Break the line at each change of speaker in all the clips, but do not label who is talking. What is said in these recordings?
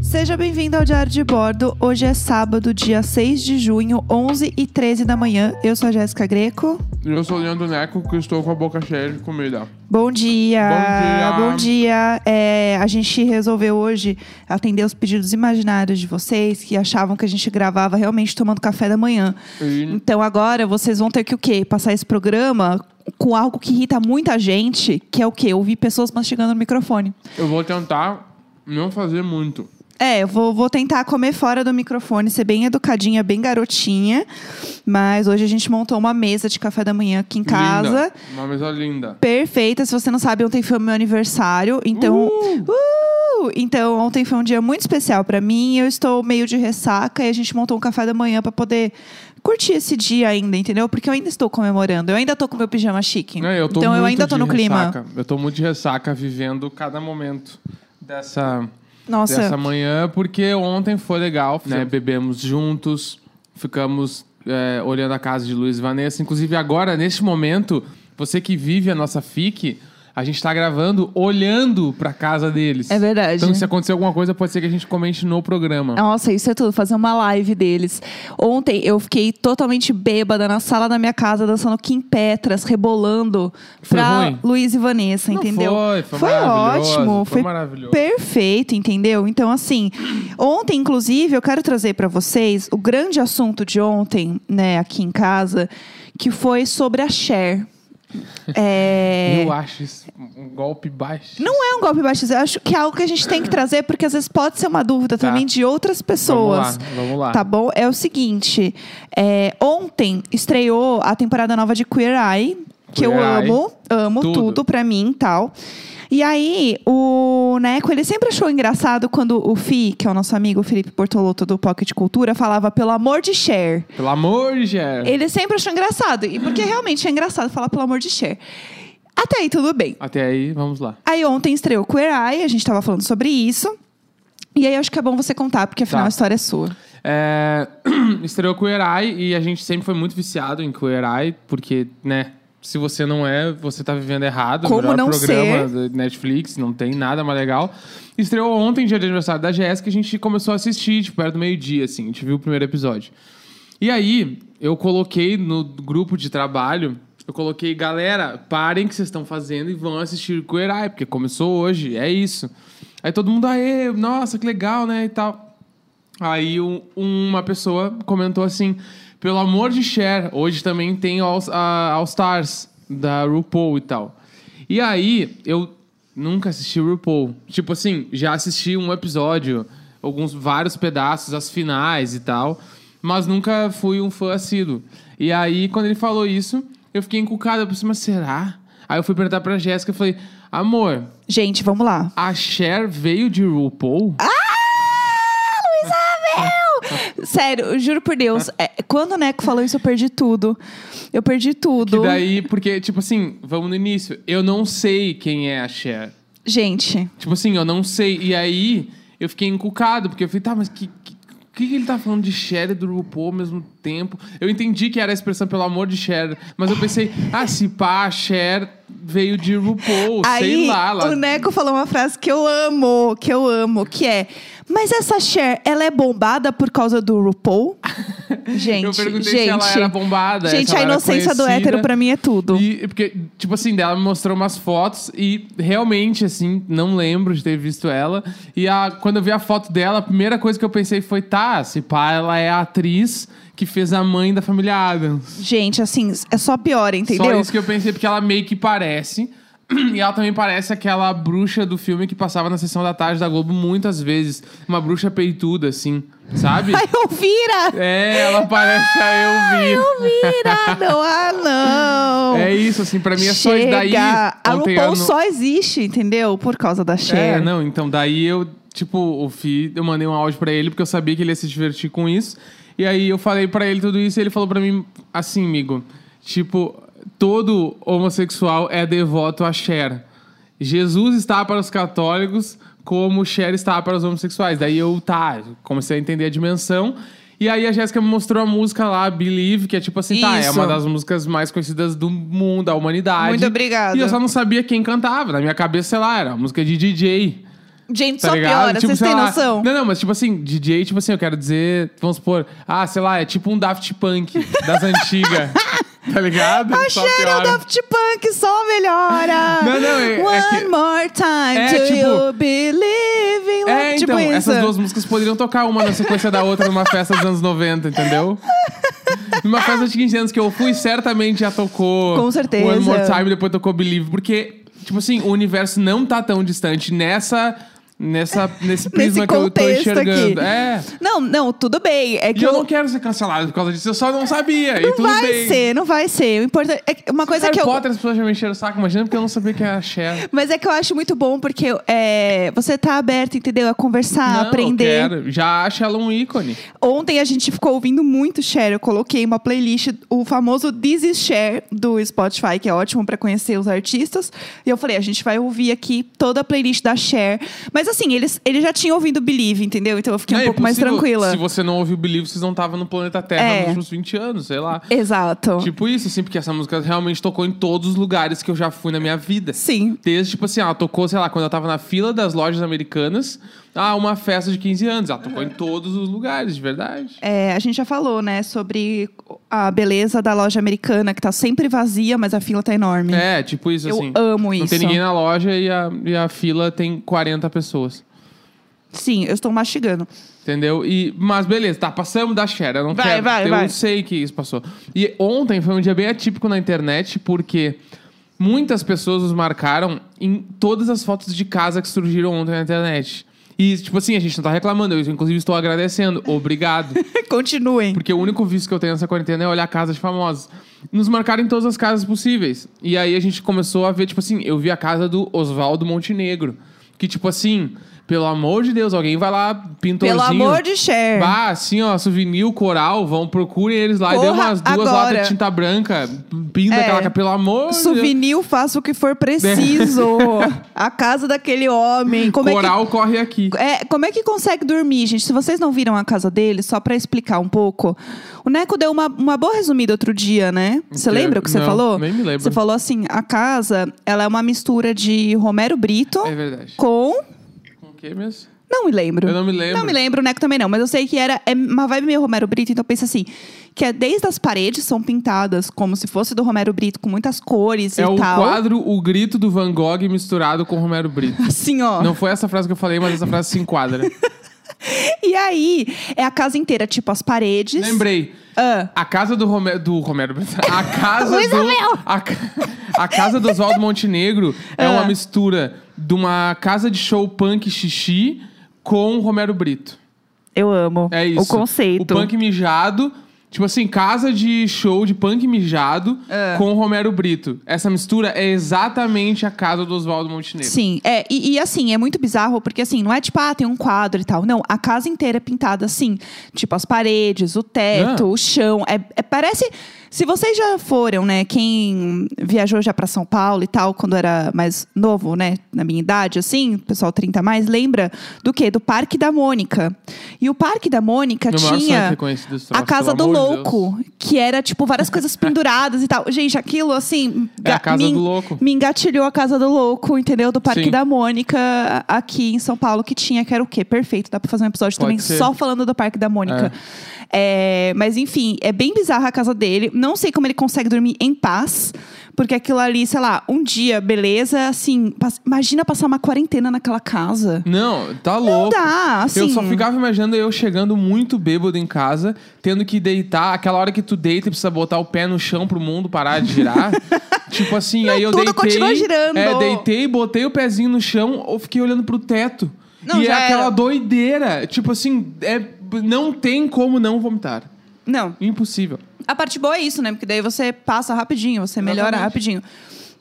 Seja bem-vindo ao Diário de Bordo. Hoje é sábado, dia 6 de junho, 11 e 13 da manhã. Eu sou a Jéssica Greco.
E Eu sou o Leandro Neco, que estou com a boca cheia de comida.
Bom dia!
Bom dia.
dia. É, a gente resolveu hoje atender os pedidos imaginários de vocês que achavam que a gente gravava realmente tomando café da manhã.
E
Então agora vocês vão ter que o quê? Passar esse programa com algo que irrita muita gente, que é o quê? Ouvir pessoas mastigando no microfone.
eu vou tentar não fazer muito.
É, eu vou, vou tentar comer fora do microfone, ser bem educadinha, bem garotinha. Mas hoje a gente montou uma mesa de café da manhã aqui em casa.
Linda. Uma mesa linda.
Perfeita. Se você não sabe, ontem foi o meu aniversário. Então. Uh! Então, ontem foi um dia muito especial pra mim. Eu estou meio de ressaca e a gente montou um café da manhã pra poder curtir esse dia ainda, entendeu? Porque eu ainda estou comemorando. Eu ainda tô com meu pijama chique.
É, eu tô
então, eu
muito
ainda tô
de
no clima.
ressaca. Eu tô muito de ressaca vivendo cada momento dessa,
Nossa.
dessa manhã, porque ontem foi legal, né? Bebemos juntos, ficamos é, olhando a casa de Luiz e Vanessa. Inclusive, agora, neste momento, você que vive a nossa FIC, a gente tá gravando olhando pra casa deles.
É verdade.
Então, se acontecer alguma coisa, pode ser que a gente comente no programa.
Nossa, isso é tudo, fazer uma live deles. Ontem eu fiquei totalmente bêbada na sala da minha casa, dançando Kim Petras, rebolando
Foi
pra
ruim?
Luiz e Vanessa, entendeu?
foi, foi maravilhoso,
ótimo,
foi
foi,
maravilhoso.
perfeito, entendeu? Então, assim, ontem, inclusive, eu quero trazer pra vocês o grande assunto de ontem, né, aqui em casa, que foi sobre a Cher. É...
Eu acho isso um golpe baixo.
Não é um golpe baixo, eu acho que é algo que a gente tem que trazer, porque às vezes pode ser uma dúvida
Tá.
também de outras
Vamos
pessoas.
lá, vamos lá.
Tá bom? É o seguinte: é, ontem estreou a temporada nova de Queer Eye, que eu
Queer Eye.
amo, amo tudo.
Tudo.
pra mim e tal. E aí, o Neco, ele sempre achou engraçado quando o Fi, que é o nosso amigo Felipe Portoloto do Pocket Cultura, falava pelo amor de Cher.
Pelo amor de Ger.
Ele sempre achou engraçado, e porque realmente é engraçado falar pelo amor de Cher. Até aí, tudo bem.
Até aí, vamos lá.
Aí ontem estreou Queer Eye, a gente tava falando sobre isso. E aí, acho que é bom você contar, porque afinal a
Tá.
história é sua.
É... Estreou Queer Eye e a gente sempre foi muito viciado em Queer Eye, porque, né, se você não é, você tá vivendo errado.
Como
o melhor
não
programa da Netflix, não tem nada mais legal. Estreou ontem, dia de aniversário da Jéssica, e a gente começou a assistir, tipo, perto do meio-dia, assim. A gente viu o primeiro episódio. E aí, eu coloquei no grupo de trabalho, eu coloquei, galera, parem o que vocês estão fazendo e vão assistir Queer Eye, porque começou hoje, é isso. Aí todo mundo, aê, nossa, que legal, né, e tal. Aí um- uma pessoa comentou assim, pelo amor de Cher, hoje também tem All, a- All Stars da RuPaul e tal. E aí, eu nunca assisti RuPaul. Tipo assim, já assisti um episódio, alguns vários pedaços, as finais e tal, mas nunca fui um fã assíduo. E aí, quando ele falou isso, eu fiquei encucado, eu pensei, mas será? Aí eu fui perguntar pra Jéssica e falei, amor,
Gente, vamos lá.
a Cher veio de RuPaul?
Sério, eu juro por Deus. é, quando o Neco falou isso, eu perdi tudo. Eu perdi
Que
tudo.
daí, porque, tipo assim, vamos no início. Eu não sei quem é a Cher.
Gente,
Tipo assim, eu não sei. E aí, eu fiquei encucado, porque eu falei, tá, mas que. que o que, que ele tá falando de Cher e do RuPaul ao mesmo tempo? Eu entendi que era a expressão pelo amor de Cher, mas eu pensei, ah, se pá, Cher veio de RuPaul,
aí
sei lá. lá
o Neco falou uma frase que eu amo, que eu amo, que é: Mas essa Cher, ela é bombada por causa do RuPaul? gente,
eu perguntei
gente,
se ela era bombada.
gente,
se ela
a
era
inocência do
conhecida.
hétero pra mim é tudo.
E, porque, tipo assim, dela me mostrou umas fotos e realmente, assim, não lembro de ter visto ela. E a, quando eu vi a foto dela, a primeira coisa que eu pensei foi, tá, se pá, ela é a atriz que fez a mãe da família Adams.
Gente, assim, é só pior,
Só
entendeu?
isso que eu pensei, porque ela meio que parece. E ela também parece aquela bruxa do filme que passava na sessão da tarde da Globo muitas vezes. Uma bruxa peituda, assim, sabe?
Ai, Elvira!
é, ela parece a Elvira.
Elvira! Não, ah, não!
É isso, assim, pra mim é só isso. Daí,
A
ontem
RuPaul
eu não-
só existe, entendeu? Por causa da Cher.
É, não, então daí eu, tipo, o Fi, eu mandei um áudio pra ele porque eu sabia que ele ia se divertir com isso. E aí eu falei pra ele tudo isso e ele falou pra mim assim, amigo, tipo, todo homossexual é devoto a Cher. Jesus está para os católicos como Cher está para os homossexuais. Daí eu, tá, comecei a entender a dimensão. E aí a Jéssica me mostrou a música lá, Believe, que é tipo assim, tá, é
Isso.
uma das músicas mais conhecidas do mundo, da humanidade.
Muito obrigada.
E eu só não sabia quem cantava. Na minha cabeça, sei lá, era música de DJ.
Gente,
Tá
só
ligado?
piora,
Tipo,
vocês
sei
têm
lá,
noção?
Não, não, mas tipo assim, DJ, tipo assim, eu quero dizer, vamos supor, ah, sei lá, é tipo um Daft Punk das antigas. tá ligado?
A
Só
cheira o
piora.
Daft Punk só melhora.
Não, não, é- é
One
que-
more time,
É,
do
tipo-
you believe in love?
É,
tipo
então,
isso.
essas duas músicas poderiam tocar uma na sequência da outra numa festa dos anos 90, entendeu? Numa festa de 15 anos que eu fui, certamente já tocou.
Com certeza.
One More Time, depois tocou Believe, porque, tipo assim, o universo não tá tão distante nessa. Nessa, nesse prisma que eu tô
contexto aqui.
enxergando. É.
Não, não, tudo bem. É
E
que
eu
eu,
não quero ser cancelado por causa disso, eu só não sabia. e
não
tudo
vai
bem.
ser, não vai ser. O importante é que uma coisa
Harry
que eu
Potter, as pessoas já me encheram o saco, imagina, porque eu não sabia que era Cher.
Mas é que eu acho muito bom porque é, você tá aberto, entendeu? A conversar, a
não,
Ah, aprender.
Eu quero. Já acho ela um ícone.
Ontem a gente ficou ouvindo muito Cher. Eu coloquei uma playlist, o famoso This is Cher do Spotify, que é ótimo pra conhecer os artistas. E eu falei, a gente vai ouvir aqui toda a playlist da Cher. Mas assim, eles, ele já tinha ouvido Believe, entendeu? Então eu fiquei
Não,
um
é
pouco mais
possível,
tranquila.
Se você não ouviu Believe, vocês não estavam no planeta Terra
É.
nos últimos 20 anos, sei lá.
Exato.
Tipo isso, assim, porque essa música realmente tocou em todos os lugares que eu já fui na minha vida.
Sim.
Desde, tipo assim, ela tocou, sei lá, quando eu tava na fila das lojas americanas, a uma festa de 15 anos. Ela tocou em todos os lugares, de verdade.
É, a gente já falou, né, sobre a beleza da loja americana, que tá sempre vazia, mas a fila tá enorme.
É, tipo isso,
eu
assim.
amo
Não
isso.
tem ninguém na loja e a, e a fila tem 40 pessoas.
Sim, eu estou mastigando.
Entendeu? E, mas beleza, tá, passamos da Cher. Eu não
Vai,
quero,
vai,
eu
vai.
sei que isso passou. E ontem foi um dia bem atípico na internet, porque muitas pessoas nos marcaram em todas as fotos de casa que surgiram ontem na internet. E, tipo assim, a gente não tá reclamando, eu inclusive estou agradecendo. Obrigado.
Continuem.
Porque o único vício que eu tenho nessa quarentena é olhar casas de famosos. Nos marcaram em todas as casas possíveis. E aí a gente começou a ver, tipo assim, eu vi a casa do Oswaldo Montenegro. Que, tipo assim, pelo amor de Deus, alguém vai lá, pintorzinho.
Pelo amor de Cher.
Bah, assim, ó, souvenir, coral, vão, procurem eles lá. e dê
Corra
umas duas
agora.
latas de tinta branca, pinta
É.
aquela, ca- pelo amor de Deus.
Souvenir, faça o que for preciso. a casa daquele homem. Como
coral corre aqui.
É que, é, como é que consegue dormir, gente? Se vocês não viram a casa dele, só pra explicar um pouco. O Neco deu uma, uma boa resumida outro dia, né? Você
Que-
lembra o que você
não,
falou?
nem me lembro.
Você falou assim, a casa, ela é uma mistura de Romero Brito
É verdade.
com...
Com o que mesmo?
Não me lembro.
Eu não me lembro.
Não me lembro, o Neco também não. Mas eu sei que era é uma vibe meio Romero Brito, então pensa assim: que é desde as paredes são pintadas como se fosse do Romero Brito, com muitas cores
É
e
o
tal.
quadro O Grito do Van Gogh misturado com Romero Brito.
Assim, ó.
Não foi essa frase que eu falei, mas essa frase se enquadra.
E aí, é a casa inteira, tipo, as paredes.
Lembrei.
Ah,
A casa do Romero. Do Romero Brito. A casa
Luiz
do.
Amel!
A, ca- a casa do Oswaldo Montenegro é
Ah.
uma mistura de uma casa de show punk xixi com Romero Brito.
eu amo.
É isso.
O conceito.
O punk mijado. Tipo assim, casa de show de punk mijado
Ah.
com Romero Brito. Essa mistura é exatamente a casa do Oswaldo Montenegro.
Sim, é, e, e, assim, é muito bizarro, porque assim, não é tipo, ah, tem um quadro e tal. Não, a casa inteira é pintada assim. Tipo, as paredes, o teto,
Ah.
o chão. É, é- parece. Se vocês já foram, né? Quem viajou já pra São Paulo e tal, quando era mais novo, né? Na minha idade, assim, pessoal 30 a mais, lembra do quê? Do Parque da Mônica. E o Parque da Mônica
Meu maior sonho é
tinha
ter conhecido esse
a
troço,
Casa do
pelo amor de Deus.
Louco, que era, tipo, várias coisas penduradas e tal. Gente, aquilo, assim.
É a
ga-
casa
me-
do louco.
me engatilhou a Casa do Louco, entendeu? Do Parque
Sim.
da Mônica, aqui em São Paulo, que tinha, que era o quê? Perfeito, dá pra fazer um episódio
Pode
também
ser.
só falando do Parque da Mônica. É, mas enfim, é bem bizarra a casa dele. Não sei como ele consegue dormir em paz, porque aquilo ali, sei lá, um dia, beleza, assim, pass- imagina passar uma quarentena naquela casa.
Não, tá louco.
Não dá, assim.
Eu só ficava imaginando eu chegando muito bêbado em casa, tendo que deitar, aquela hora que tu deita e precisa botar o pé no chão pro mundo parar de girar. tipo assim, aí eu
tudo
deitei.
continua girando.
É, deitei, botei o pezinho no chão, eu fiquei olhando pro teto.
Não,
e é
já era.
aquela doideira. Tipo assim, é, não tem como não vomitar.
Não,
Impossível.
A parte boa é isso, né? Porque daí você passa rapidinho, você melhora
Exatamente.
rapidinho.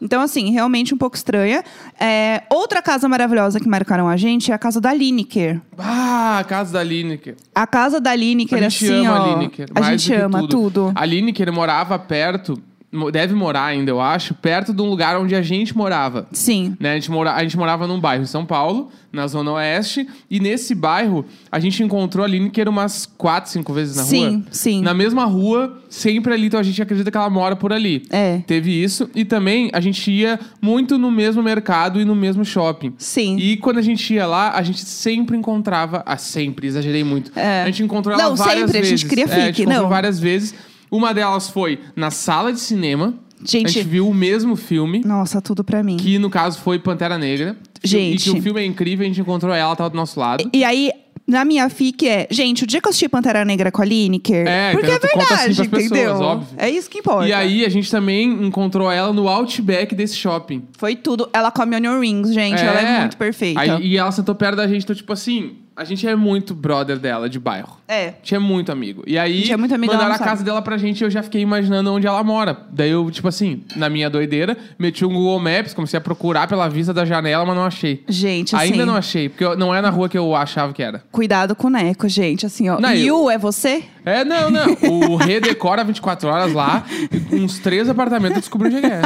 Então, assim, realmente um pouco estranha. É, outra casa maravilhosa que marcaram a gente é a casa da Lineker.
Ah, a casa da Lineker.
A casa da Lineker,
A gente
assim,
ama
ó.
a Lineker.
a
mais
gente
do que
ama tudo.
A Lineker morava perto mo- deve morar ainda, eu acho, perto de um lugar onde a gente morava.
Sim.
Né, a, gente mora, a gente morava num bairro em São Paulo, na Zona Oeste, e nesse bairro a gente encontrou a Lineker umas quatro, cinco vezes na
sim,
rua.
sim.
Na mesma rua, sempre ali, então a gente acredita que ela mora por ali.
É.
Teve isso, e também a gente ia muito no mesmo mercado e no mesmo shopping.
Sim.
E quando a gente ia lá, a gente sempre encontrava. Ah, sempre, exagerei muito.
É.
A gente encontrou ela
Não,
várias
sempre, a gente
vezes.
cria
É, a gente
fique,
encontrou
não.
várias vezes. Uma delas foi na sala de cinema. A gente
Gente-
viu o mesmo filme.
Nossa, tudo pra mim.
Que no caso foi Pantera Negra. E que
Gente.
o filme é incrível, a gente encontrou ela, tava do nosso lado.
E aí, na minha fic é, gente, o dia que eu assisti Pantera Negra com a Lineker.
É,
porque é
entendeu? Tu conta assim
verdade,
pras pessoas,
entendeu?
óbvio.
É isso que importa.
E aí a gente também encontrou ela no outback desse shopping.
Foi tudo. Ela come onion rings, gente. Ela é muito perfeita.
Aí- e ela sentou perto da gente, então, tipo assim, a gente é muito brother dela de bairro.
É.
A gente é muito amigo. E aí,
A gente é muito amigo,
mandaram
ela
a
não
casa
sabe.
dela pra gente e eu já fiquei imaginando onde ela mora. Daí eu, tipo assim, na minha doideira, meti um Google Maps, comecei a procurar pela vista da janela, mas não achei.
Gente, assim.
Ainda não achei, porque eu- não é na rua que eu achava que era.
Cuidado com o Neco, gente. Assim, ó.
Não,
e
eu-
o é você?
É, não, não. O redecora 24 horas lá, uns três apartamentos descobriu onde é que é.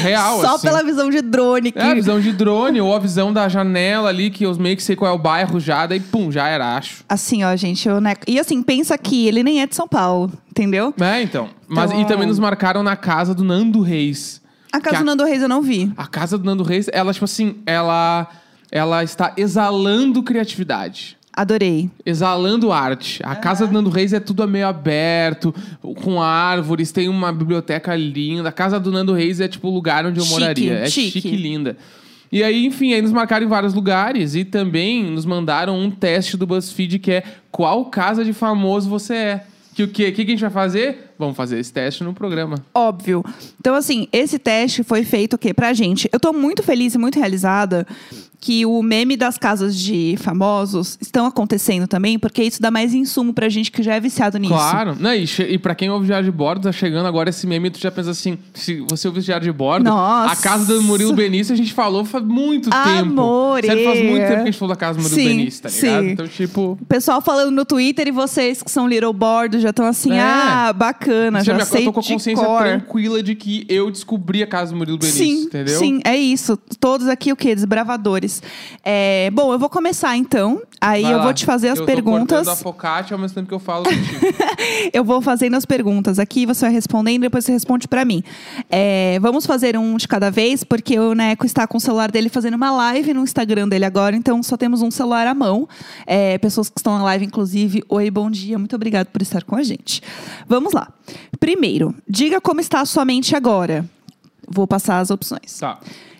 Real,
Só
assim.
pela visão de drone que.
É, a visão de drone ou a visão da janela ali, que eu meio que sei qual é o bairro já, daí pum, já era, acho.
Assim, ó, gente, o Neco. E assim, pensa que ele nem é de São Paulo, entendeu?
É, então. Mas,
Então-
E também nos marcaram na casa do Nando Reis.
A
Que
casa do Nando Reis eu não vi.
A casa do Nando Reis, ela, tipo assim, ela, ela está exalando criatividade.
Adorei.
Exalando arte. A casa do Nando Reis é tudo a meio aberto, com árvores, tem uma biblioteca linda. A casa do Nando Reis é tipo o lugar onde eu
Chique,
moraria. É
chique.
chique e linda. E aí, enfim, aí nos marcaram em vários lugares e também nos mandaram um teste do BuzzFeed que é qual casa de famoso você é. Que o quê? O que que a gente vai fazer? Vamos fazer esse teste no programa.
Óbvio. Então, assim, esse teste foi feito o quê? Pra gente. Eu tô muito feliz e muito realizada que o meme das casas de famosos estão acontecendo também, porque isso dá mais insumo pra gente que já é viciado nisso.
Claro. Não, e, che- e pra quem ouve Diário de Bordo, tá chegando agora esse meme, tu já pensa assim, se você ouve Diário de Bordo,
Nossa.
a casa do Murilo Benício a gente falou faz muito
Amore.
tempo. Sério, faz muito tempo que a gente falou da casa do Murilo
é. Sim,
Benício, tá ligado?
sim.
Então, tipo...
O pessoal falando no Twitter e vocês que são little board já estão assim,
É.
ah, bacana,
sabe,
já
eu
sei
tô com a
de
consciência
cor.
tranquila de que eu descobri a casa do Murilo Benício,
Sim,
entendeu?
sim, é isso. Todos aqui, o quê? Desbravadores. É, bom, eu vou começar então. Aí
Vai
eu
lá.
vou te fazer as
eu
perguntas.
Eu a focaccia ao mesmo tempo que eu falo contigo.
Eu vou fazendo as perguntas aqui, você vai respondendo, depois você responde pra mim. É, vamos fazer um de cada vez, porque o Neco está com o celular dele fazendo uma live no Instagram dele agora, então só temos um celular à mão. É, pessoas que estão na live, inclusive, oi, bom dia, muito obrigado por estar com a gente. Vamos lá. Primeiro, diga como está a sua mente agora. Vou passar as opções.
tá.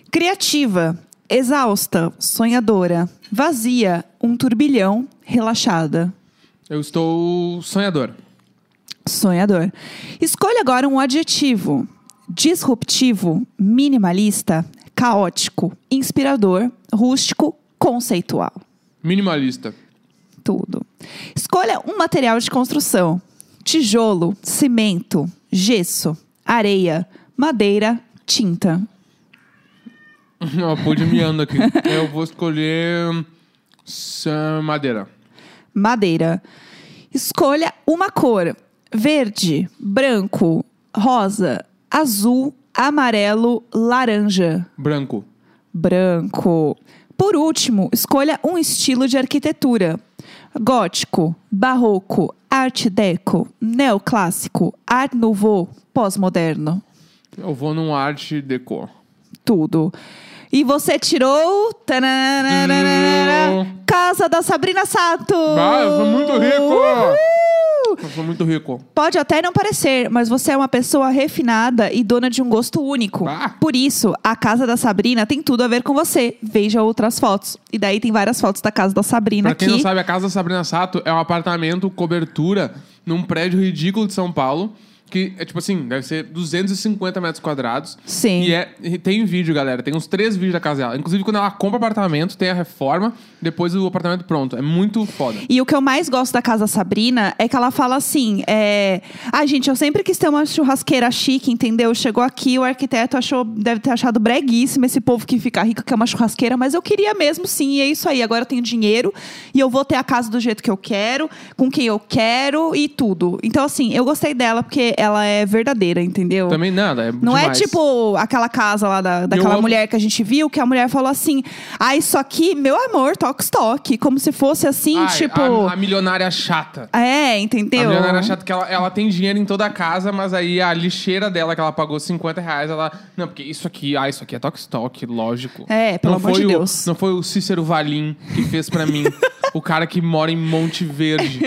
Criativa, exausta, sonhadora, vazia, um turbilhão, relaxada.
Eu estou sonhador.
Sonhador. Escolha agora um adjetivo: disruptivo, minimalista, caótico, inspirador, rústico, conceitual.
Minimalista.
Tudo. Escolha um material de construção: tijolo, cimento, gesso, areia, madeira, tinta.
Ó, pude miando aqui. Eu vou escolher... hum, sa- Madeira.
Madeira. Escolha uma cor: verde, branco, rosa, azul, amarelo, laranja.
Branco.
branco. Por último, escolha um estilo de arquitetura: gótico, barroco, art deco, neoclássico, art nouveau, pós-moderno.
Eu vou num arte decor.
Tudo. E você tirou tananana,
Hum.
Casa da Sabrina Sato.
Ah, eu sou muito rico!
Uhul!
Eu sou muito rico.
Pode até não parecer, mas você é uma pessoa refinada e dona de um gosto único.
Ah.
Por isso, a casa da Sabrina tem tudo a ver com você. Veja outras fotos. E daí tem várias fotos da casa da Sabrina
Pra quem não
aqui.
sabe, a casa da Sabrina Sato é um apartamento, cobertura, num prédio ridículo de São Paulo. Que é tipo assim, deve ser 250 metros quadrados.
Sim.
E, é, e tem vídeo, galera. Tem uns três vídeos da casa dela. Inclusive, quando ela compra apartamento, tem a reforma, depois o apartamento pronto. É muito foda.
E o que eu mais gosto da casa da Sabrina é que ela fala assim: é... Ah, gente, eu sempre quis ter uma churrasqueira chique, entendeu? Chegou aqui, o arquiteto achou, deve ter achado breguíssimo esse povo que fica rico, que é uma churrasqueira, mas eu queria mesmo sim, e é isso aí. Agora eu tenho dinheiro e eu vou ter a casa do jeito que eu quero, com quem eu quero e tudo. Então, assim, eu gostei dela, porque ela é verdadeira, entendeu?
Também nada, é
Não
demais.
é tipo aquela casa lá da, daquela
amo-
mulher que a gente viu, que a mulher falou assim: Ah, isso aqui, meu amor, toque toque. Como se fosse assim,
Ai,
tipo.
A, a milionária chata.
É, entendeu?
A milionária chata que ela, ela tem dinheiro em toda a casa, mas aí a lixeira dela, que ela pagou 50 reais, ela. Não, porque isso aqui, ah, isso aqui é toque-toque, lógico.
É, pelo
não
amor
foi
de
o-
Deus.
Não foi o Cícero Valim que fez pra mim. o cara que mora em Monte Verde.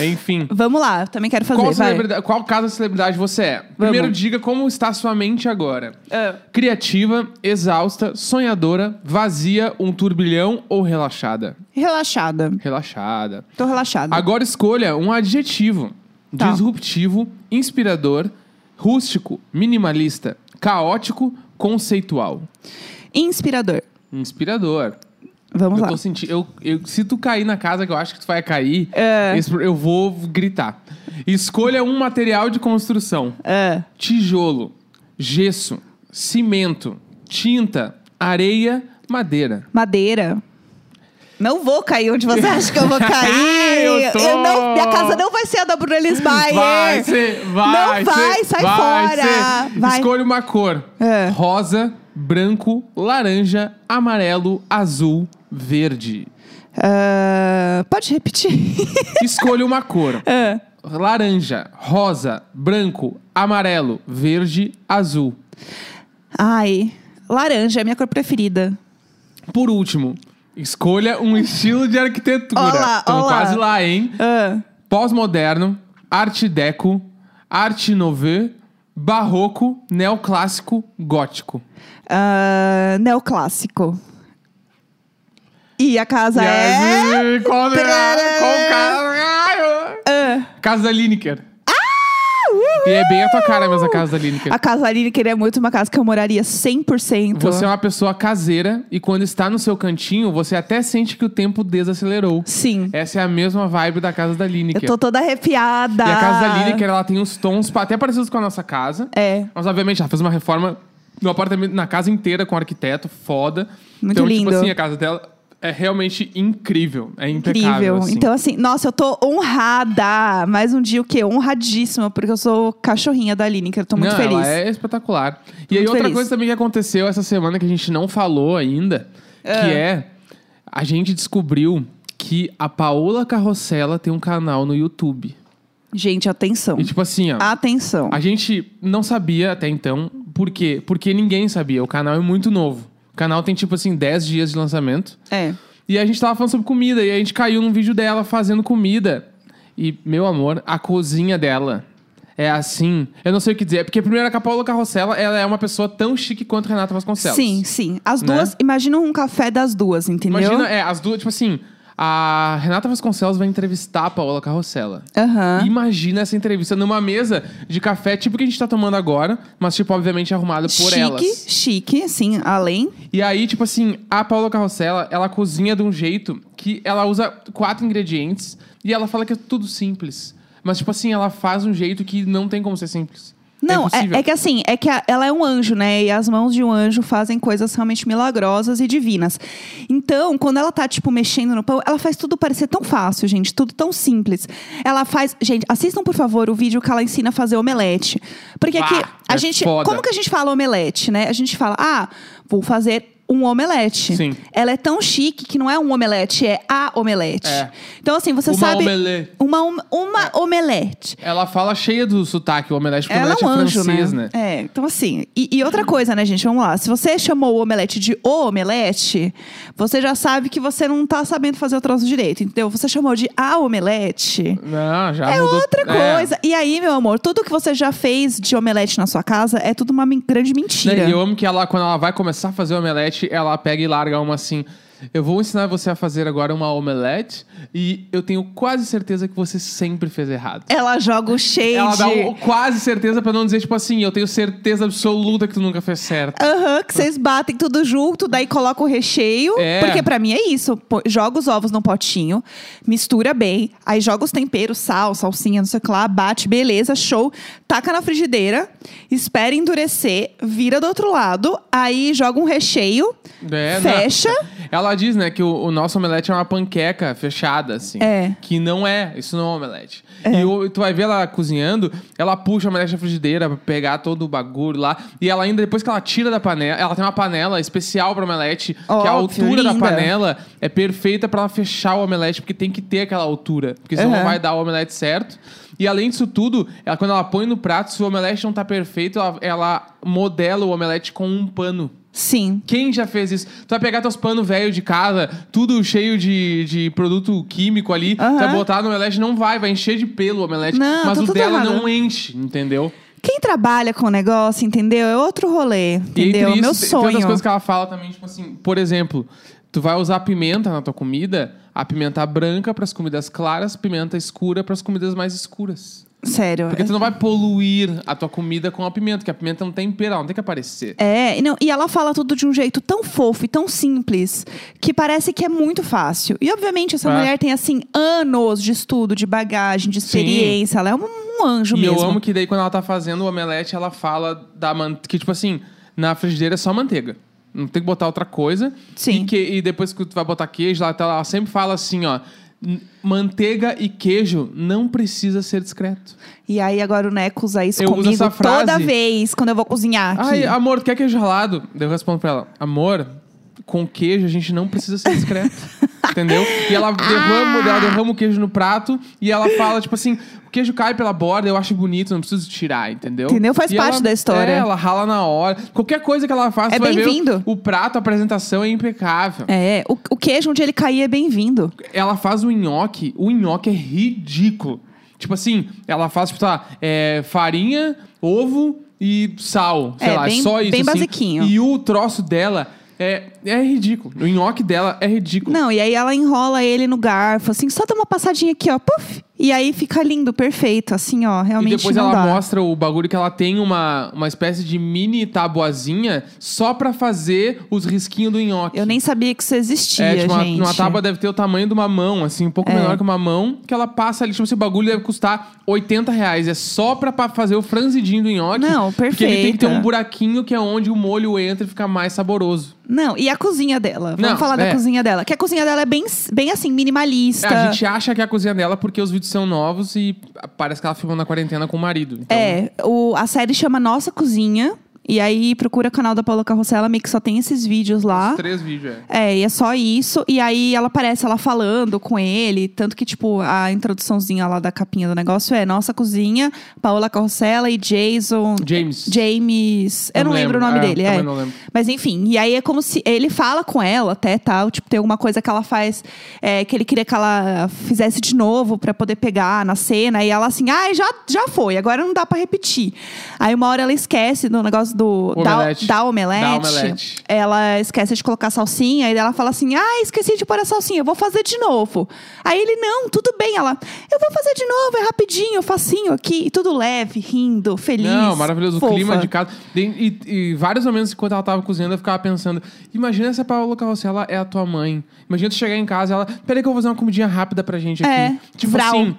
Enfim.
Vamos lá, eu também quero fazer.
Qual,
vai.
celebridade, qual casa celebridade você é? Primeiro, diga como está sua mente agora.
Ah.
Criativa, exausta, sonhadora, vazia, um turbilhão ou relaxada?
Relaxada.
Relaxada.
Tô relaxada.
Agora escolha um adjetivo:
Tá.
disruptivo, inspirador, rústico, minimalista, caótico, conceitual.
Inspirador.
Inspirador.
Vamos
eu
lá.
tô sentindo. Eu, eu- se tu cair na casa que eu acho que tu vai cair,
É.
esse- eu vou gritar. Escolha um material de construção:
É.
tijolo, gesso, cimento, tinta, areia, madeira.
Madeira. Não vou cair onde você acha que eu vou cair.
Eu tô-
não, minha casa não vai ser a da Bruna Lisbayer.
Vai ser, vai
É. Não vai,
ser,
sai
vai
fora.
ser.
Vai.
Escolha uma cor.
É.
Rosa, branco, laranja, amarelo, azul, verde.
Ah, pode repetir?
Escolha uma cor.
Ah,
Laranja, rosa, branco, amarelo, verde, azul.
Ai, laranja é a minha cor preferida.
Por último, escolha um estilo de arquitetura.
Olá,
Estamos
olá.
quase lá, hein?
Ah,
Pós-moderno, arte deco, arte nouveau, barroco, neoclássico, gótico.
ah, neoclássico. E a casa
E
é.
aí, Qual,
Tarará.
qual cara?
Ah,
Casa da Lineker. E é bem a tua cara mesmo a casa da Lineker.
a casa ali queria muito uma casa que eu moraria 100%.
Você é uma pessoa caseira e quando está no seu cantinho, você até sente que o tempo desacelerou.
Sim.
Essa é a mesma vibe da casa da
Eu
Lineker.
tô toda arrepiada.
E a casa da Lineker, ela tem uns tons pa- até parecidos com a nossa casa.
É.
Mas, obviamente, ela fez uma reforma no apartamento, na casa inteira com um arquiteto, foda.
Muito
então,
lindo.
tipo assim, a casa dela é realmente incrível. É impecável.
Incrível.
assim.
Então, assim, nossa, eu tô honrada. Mais um dia o quê? Honradíssima, porque eu sou cachorrinha da Aline, que eu tô muito
não,
feliz.
Ela é espetacular. E aí,
muito
outra
feliz.
coisa também que aconteceu essa semana que a gente não falou ainda,
Ah.
que é a gente descobriu que a Paola Carrossela tem um canal no YouTube.
Gente, atenção.
E tipo assim, ó.
Atenção.
A gente não sabia até então. Por quê? Porque ninguém sabia. O canal é muito novo. O canal tem, tipo assim, 10 dias de lançamento.
É.
E a gente tava falando sobre comida. E a gente caiu num vídeo dela fazendo comida. E, meu amor, a cozinha dela é assim. Eu não sei o que dizer. É Porque, primeiro, a Paula Carrossela, ela é uma pessoa tão chique quanto Renata Vasconcelos.
Sim, sim. As
Né?
duas, imagina um café das duas, entendeu?
Imagina, é, as duas, tipo assim. A Renata Vasconcelos vai entrevistar a Paola Carrossela.
Aham.
Imagina essa entrevista numa mesa de café, tipo que a gente tá tomando agora, mas, tipo, obviamente arrumada por
Chique,
elas.
chique, sim, além.
E aí, tipo assim, a Paula Carrossela, ela cozinha de um jeito que ela usa quatro ingredientes e ela fala que é tudo simples. Mas, tipo assim, ela faz um jeito que não tem como ser simples.
Não,
impossível.
é, é que assim, é que a- ela é um anjo, né? E as mãos de um anjo fazem coisas realmente milagrosas e divinas. Então, quando ela tá, tipo, mexendo no pão, ela faz tudo parecer tão fácil, gente. Tudo tão simples. Ela faz. Gente, assistam, por favor, o vídeo que ela ensina a fazer omelete. Porque
Bah,
aqui, a
é
gente.
foda.
Como que a gente fala omelete, né? A gente fala, ah, vou fazer. Um omelete.
Sim.
Ela é tão chique que não é um omelete, é a omelete.
É.
Então, assim, você
Uma
sabe.
omelete. É.
Uma, om- uma omelete.
Ela fala cheia do sotaque, o omelete, porque o
Ela
omelete
é um
é
anjo,
francês,
né? É, então assim. E, e outra coisa, né, gente? Vamos lá. Se você chamou o omelete de o omelete, você já sabe que você não tá sabendo fazer o troço direito, entendeu? Você chamou de a omelete.
Não, já
É
mudou.
outra
É.
coisa. E aí, meu amor, tudo que você já fez de omelete na sua casa é tudo uma men- grande é mentira.
Né, E eu amo que ela, quando ela vai começar a fazer omelete, ela pega e larga uma assim. Eu vou ensinar você a fazer agora uma omelete e eu tenho quase certeza que você sempre fez errado.
Ela joga o shade.
Ela dá um- quase certeza pra não dizer, tipo assim, eu tenho certeza absoluta que tu nunca fez certo.
Aham, que vocês batem tudo junto, daí coloca o recheio.
É.
Porque pra mim é isso. Pô, Joga os ovos num potinho, mistura bem, aí joga os temperos, sal, salsinha, não sei o que lá, bate, beleza, show. Taca na frigideira, espera endurecer, vira do outro lado, aí joga um recheio,
É,
fecha.
não. Ela diz, né, que o, o nosso omelete é uma panqueca fechada, assim.
É.
Que não é, isso não é um omelete. E o- tu vai ver ela cozinhando, ela puxa a omelete da frigideira pra pegar todo o bagulho lá. E ela ainda, depois que ela tira da panela, ela tem uma panela especial pra omelete, que é a
Óbvio,
altura da
linda.
panela é perfeita pra ela fechar o omelete, porque tem que ter aquela altura. Porque senão não
Aham.
vai dar o omelete certo. E além disso tudo, ela, quando ela põe no prato, se o omelete não tá perfeito, ela- ela modela o omelete com um pano.
Sim.
Quem já fez isso? Tu vai pegar teus panos velhos de casa, tudo cheio de, de produto químico ali,
Aham.
tu vai botar no omelete, não vai, vai encher de pelo o omelete.
Não,
mas
tá
o
tudo
dela
errado.
não enche, entendeu?
Quem trabalha com o negócio, entendeu? É outro rolê,
E
entendeu?
entre
É o meu
isso, tem- Tem
sonho.
outras coisas que ela fala também, tipo assim, por exemplo, tu vai usar pimenta na tua comida, a pimenta branca pras comidas claras, pimenta escura pras comidas mais escuras.
Sério.
Porque tu não vai poluir a tua comida com a pimenta, porque a pimenta não tem tempera, ela não tem que aparecer.
É, e não, e ela fala tudo de um jeito tão fofo e tão simples que parece que é muito fácil. E obviamente essa
É.
mulher tem assim anos de estudo, de bagagem, de experiência. Ela é um, um anjo
E
mesmo.
eu amo que daí quando ela tá fazendo o omelete, ela fala da man... que tipo assim, na frigideira é só manteiga. Não tem que botar outra coisa.
Sim.
E, que- e depois que tu vai botar queijo, ela, tá- ela sempre fala assim, ó, "N- manteiga e queijo não precisa ser discreto.
E aí agora o Neco usa isso
Eu uso
comigo
essa frase.
toda vez quando eu vou cozinhar aqui.
Ai, amor, tu quer queijo ralado? Daí eu respondo pra ela, amor, com queijo a gente não precisa ser discreto. Entendeu? E
Ah!
ela derrama, ela derrama o queijo no prato e ela fala, tipo assim, o queijo cai pela borda, eu acho bonito, não preciso tirar, entendeu?
Entendeu? Faz
E
parte
ela-
da história.
É, ela rala na hora. Qualquer coisa que ela faça,
É
tu vai ver
bem-vindo.
o, o prato, a apresentação é impecável.
É, o, o queijo onde ele cair é bem-vindo.
Ela faz o nhoque, o nhoque é ridículo. Tipo assim, ela faz, tipo, tá, é, farinha, ovo e sal. Sei
É,
lá,
bem-
só isso.
bem
assim.
basiquinho.
E o troço dela é, é ridículo. O nhoque dela é ridículo.
Não, e aí ela enrola ele no garfo, assim, só dá uma passadinha aqui, ó, puff. E aí fica lindo, perfeito, assim, ó, realmente
E depois
não
ela
dá.
mostra o bagulho que ela tem uma, uma espécie de mini tabuazinha só pra fazer os risquinhos do nhoque.
Eu nem sabia que isso existia,
É, tipo, uma,
gente.
uma tábua deve ter o tamanho de uma mão, assim, um pouco
É.
menor que uma mão, que ela passa ali, tipo, esse bagulho deve custar 80 reais. É só pra, pra fazer o franzidinho do nhoque.
Não,
Porque ele tem que ter um
perfeita.
buraquinho que é onde o molho entra e fica mais saboroso.
Não, e a cozinha dela. Vamos
Não,
falar
é.
da cozinha dela. Que a cozinha dela é bem, bem assim, minimalista.
É, a gente acha que é a cozinha dela porque os vídeos são novos e parece que ela filmou na quarentena com o marido. Então,
É, o, a série chama Nossa Cozinha. E aí procura o canal da Paula Carrossela, meio que só tem esses vídeos lá.
Os três vídeos, é.
É, e é só isso. E aí ela aparece ela falando com ele. Tanto que, tipo, a introduçãozinha lá da capinha do negócio é Nossa Cozinha, Paola Carrossela e Jason.
James.
James. Eu não, lembro, o nome
é,
dele, é.
também não lembro.
Mas enfim, e aí é como se ele fala com ela até tal. Tipo, tem alguma coisa que ela faz é, que ele queria que ela fizesse de novo pra poder pegar na cena. E ela assim, ai, já, já foi, agora não dá pra repetir. Aí uma hora ela esquece do negócio do
O
da,
omelete.
da omelete.
Da omelete.
Ela esquece de colocar salsinha, e daí ela fala assim: Ah, esqueci de pôr a salsinha, eu vou fazer de novo. Aí ele, não, tudo bem. Ela, eu vou fazer de novo, é rapidinho, facinho aqui, e tudo leve, rindo, feliz.
Não, maravilhoso. O
fofa.
clima de casa. E, e- e vários momentos enquanto ela tava cozinhando, eu ficava pensando: imagina se a Paola Carrossela é a tua mãe. Imagina tu chegar em casa e ela. Peraí que eu vou fazer uma comidinha rápida pra gente aqui.
É,
Tipo
vral.
assim.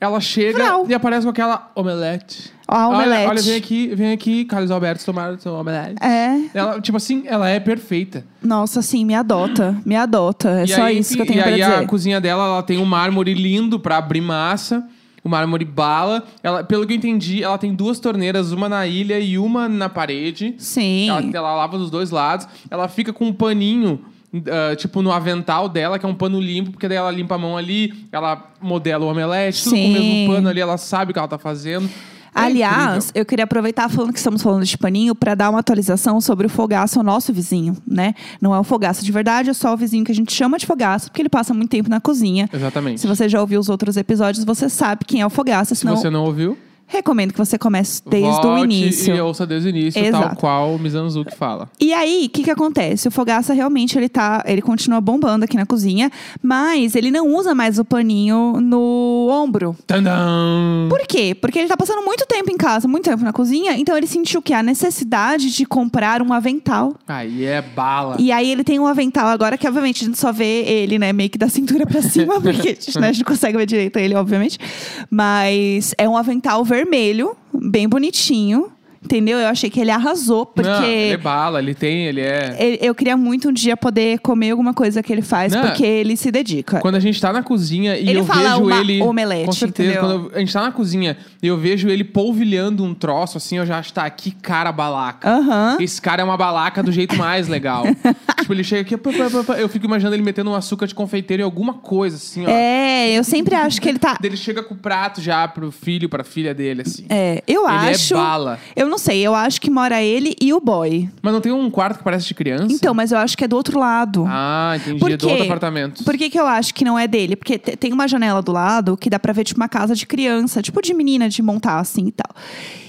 Ela chega
Vral.
e aparece com aquela omelete.
A omelete.
Olha, olha, vem aqui, vem aqui, Carlos Alberto tomar seu omelete.
É,
Ela, tipo assim, ela é perfeita.
nossa, assim, me adota, me adota. É
E
só
aí,
isso que
enfim,
eu tenho
E
pra
aí
dizer.
a cozinha dela, ela tem um mármore lindo pra abrir massa. O mármore bala. Ela, pelo que eu entendi, ela tem duas torneiras, uma na ilha e uma na parede.
Sim.
Ela, ela lava dos dois lados. Ela fica com um paninho, ah, tipo, no avental dela, que é um pano limpo, porque daí ela limpa a mão ali, ela modela o omelete, tudo com o
Sim.
mesmo pano ali, ela sabe o que ela tá fazendo. É
Aliás,
incrível.
eu queria aproveitar falando que estamos falando de paninho para dar uma atualização sobre o fogaço, o nosso vizinho, né? Não é o fogaço de verdade, é só o vizinho que a gente chama de fogaço, porque ele passa muito tempo na cozinha.
Exatamente.
Se você já ouviu os outros episódios, você sabe quem é o fogaço,
Se
senão
você não ouviu,
recomendo que você comece desde
volte
o
E
início.
ouça desde o início, tal
Exato.
qual o Mizanzuki fala.
E aí, o que que acontece? O Fogaça realmente, ele tá, ele continua bombando aqui na cozinha, mas ele não usa mais o paninho no ombro.
Tandam!
Por quê? Porque ele tá passando muito tempo em casa, muito tempo na cozinha, então ele sentiu que a necessidade de comprar um avental.
Aí é bala.
E aí ele tem um avental agora que, obviamente, a gente só vê ele, né, meio que da cintura pra cima, porque a gente, né, a gente não consegue ver direito ele, obviamente. Mas é um avental vermelho, bem bonitinho. Entendeu? Eu achei que ele arrasou, porque.
Não, ele é bala, ele tem, ele é.
ele- eu queria muito um dia poder comer alguma coisa que ele faz,
Não.
porque ele se dedica.
Quando a gente tá na cozinha e
Ele
eu
fala
vejo
uma
ele.
omelete,
com certeza.
entendeu?
Quando eu- a gente tá na cozinha e eu vejo ele polvilhando um troço assim, eu já acho, tá, que cara balaca.
Aham.
Esse cara é uma balaca do jeito mais legal. tipo, ele chega aqui, pá, pá, pá, pá, eu fico imaginando ele metendo um açúcar de confeiteiro em alguma coisa, assim, ó.
É, eu sempre acho que ele tá.
Ele chega com o prato já pro filho, pra filha dele, assim.
É, eu
Ele é
acho.
bala.
Eu não sei, eu acho que mora ele e o boy.
Mas não tem um quarto que parece de criança?
Então, mas eu acho que é do outro lado.
Ah, entendi.
Por
é do outro
quê?
apartamento.
Por que, que eu acho que não é dele? Porque te- tem uma janela do lado que dá pra ver, tipo, uma casa de criança, tipo de menina de montar assim e tal.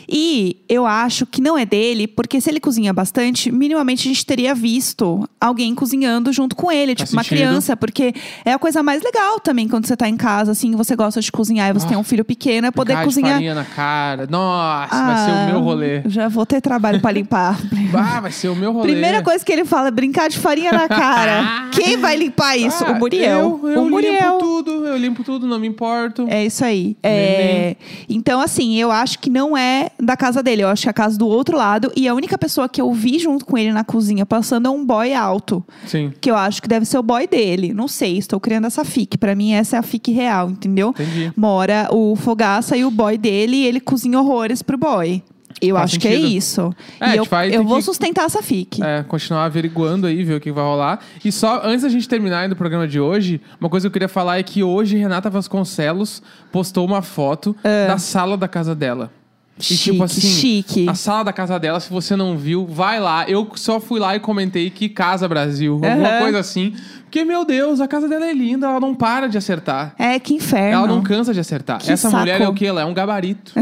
E eu acho que não é dele, porque se ele cozinha bastante, minimamente a gente teria visto alguém cozinhando junto com ele,
Faz
tipo uma
sentido.
criança, porque é a coisa mais legal também quando você tá em casa, assim, você gosta de cozinhar e você
Ah,
tem um filho pequeno, é poder
Cara de
cozinhar. Ah,
farinha na cara. Nossa, vai ser o meu rolê.
Já vou ter trabalho pra limpar.
Ah, vai ser o meu rolê.
Primeira coisa que ele fala é brincar de farinha na cara. Quem vai limpar é isso?
Ah,
o Muriel.
Eu, eu
o Muriel.
limpo tudo, eu limpo tudo, não me importo.
É isso aí. É, Então, assim, eu acho que não é da casa dele, eu acho que é a casa do outro lado. E a única pessoa que eu vi junto com ele na cozinha passando é um boy alto.
Sim,
Que eu acho que deve ser o boy dele. Não sei, estou criando essa fic. Pra mim, essa é a fic real, entendeu?
entendi.
Mora o Fogaça e o boy dele, e ele cozinha horrores pro boy. Eu
Faz
acho que é
sentido.
isso.
É, a
e
gente
eu,
vai
eu
ter
vou
que-
sustentar essa fic.
É, continuar averiguando aí, ver o que vai rolar. E só antes da gente terminar aí do programa de hoje, uma coisa que eu queria falar é que hoje Renata Vasconcelos postou uma foto
Ah.
da sala da casa dela.
Chique,
e tipo assim,
chique.
a sala da casa dela, se você não viu, vai lá. Eu só fui lá e comentei que casa Brasil, alguma
Aham.
coisa assim. Porque, meu Deus, a casa dela é linda, ela não para de acertar.
É, que inferno.
Ela não cansa de acertar.
Que
Essa
saco.
mulher é o que? Ela é um gabarito.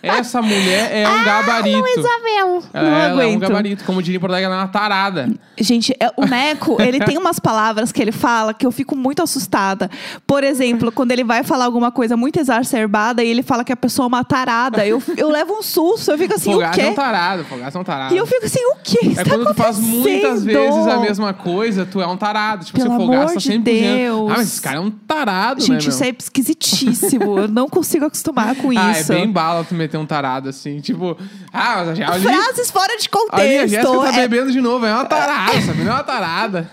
Essa mulher é um gabarito.
Isabel,
Ela,
Ah, não
ela é um
aguento.
gabarito. Como diria em Portugal, ela é uma tarada.
Gente, é- o Neco, ele tem umas palavras que ele fala que eu fico muito assustada. Por exemplo, quando ele vai falar alguma coisa muito exacerbada e ele fala que a pessoa é uma tarada, eu, eu levo um susto, eu fico assim, o
Fogaça é um
quê?
tarado. Fogaça é um tarado.
E eu fico assim, o quê?
É
Está
quando tu faz
acontecendo?
muitas vezes a mesma coisa, tu é um tarado. Tipo,
Pelo
se o
amor
Fogaça
de
sempre dizendo,
Deus.
Ah, mas esse cara é um tarado, né,
Gente,
meu?
isso é esquisitíssimo. eu não consigo acostumar com
ah,
tipo isso.
é bem bala tu meter um tarado, assim. Tipo, ah, mas a Ge- ali,
Frases fora de
ali a Jéssica
contexto.
tá
É-
bebendo de novo. É uma tarada, essa menina é uma tarada.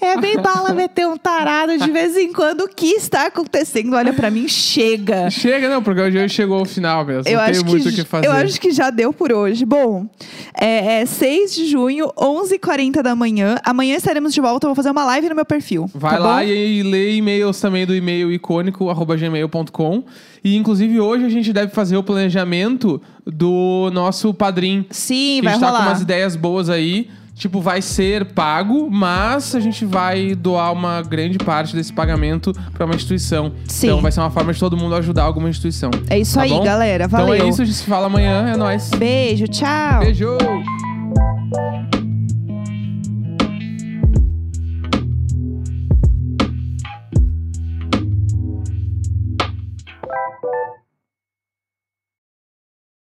É bem bala meter um tarado de vez em quando. O que está acontecendo? Olha pra mim, chega.
Chega, não, o programa de hoje chegou ao final mesmo.
Eu
não
acho,
tem muito o que
que,
fazer.
eu acho que já deu por hoje. Bom, é, é 6 de junho, 11h40 da manhã. Amanhã estaremos de volta. Eu vou fazer uma live no meu perfil.
Vai
tá
lá
bom?
e, e lê e-mails também do e-mail icônico, arroba gmail.com. E inclusive hoje a gente deve fazer o planejamento do nosso padrinho.
Sim,
que a
vai
gente tá
rolar.
com umas ideias boas aí. Tipo, vai ser pago, mas a gente vai doar uma grande parte desse pagamento pra uma instituição.
Sim.
Então vai ser uma forma de todo mundo ajudar alguma instituição.
É isso
Tá
aí,
bom?
galera. Valeu.
Então é isso, a gente se fala amanhã, é nóis.
Beijo, tchau.
Beijo!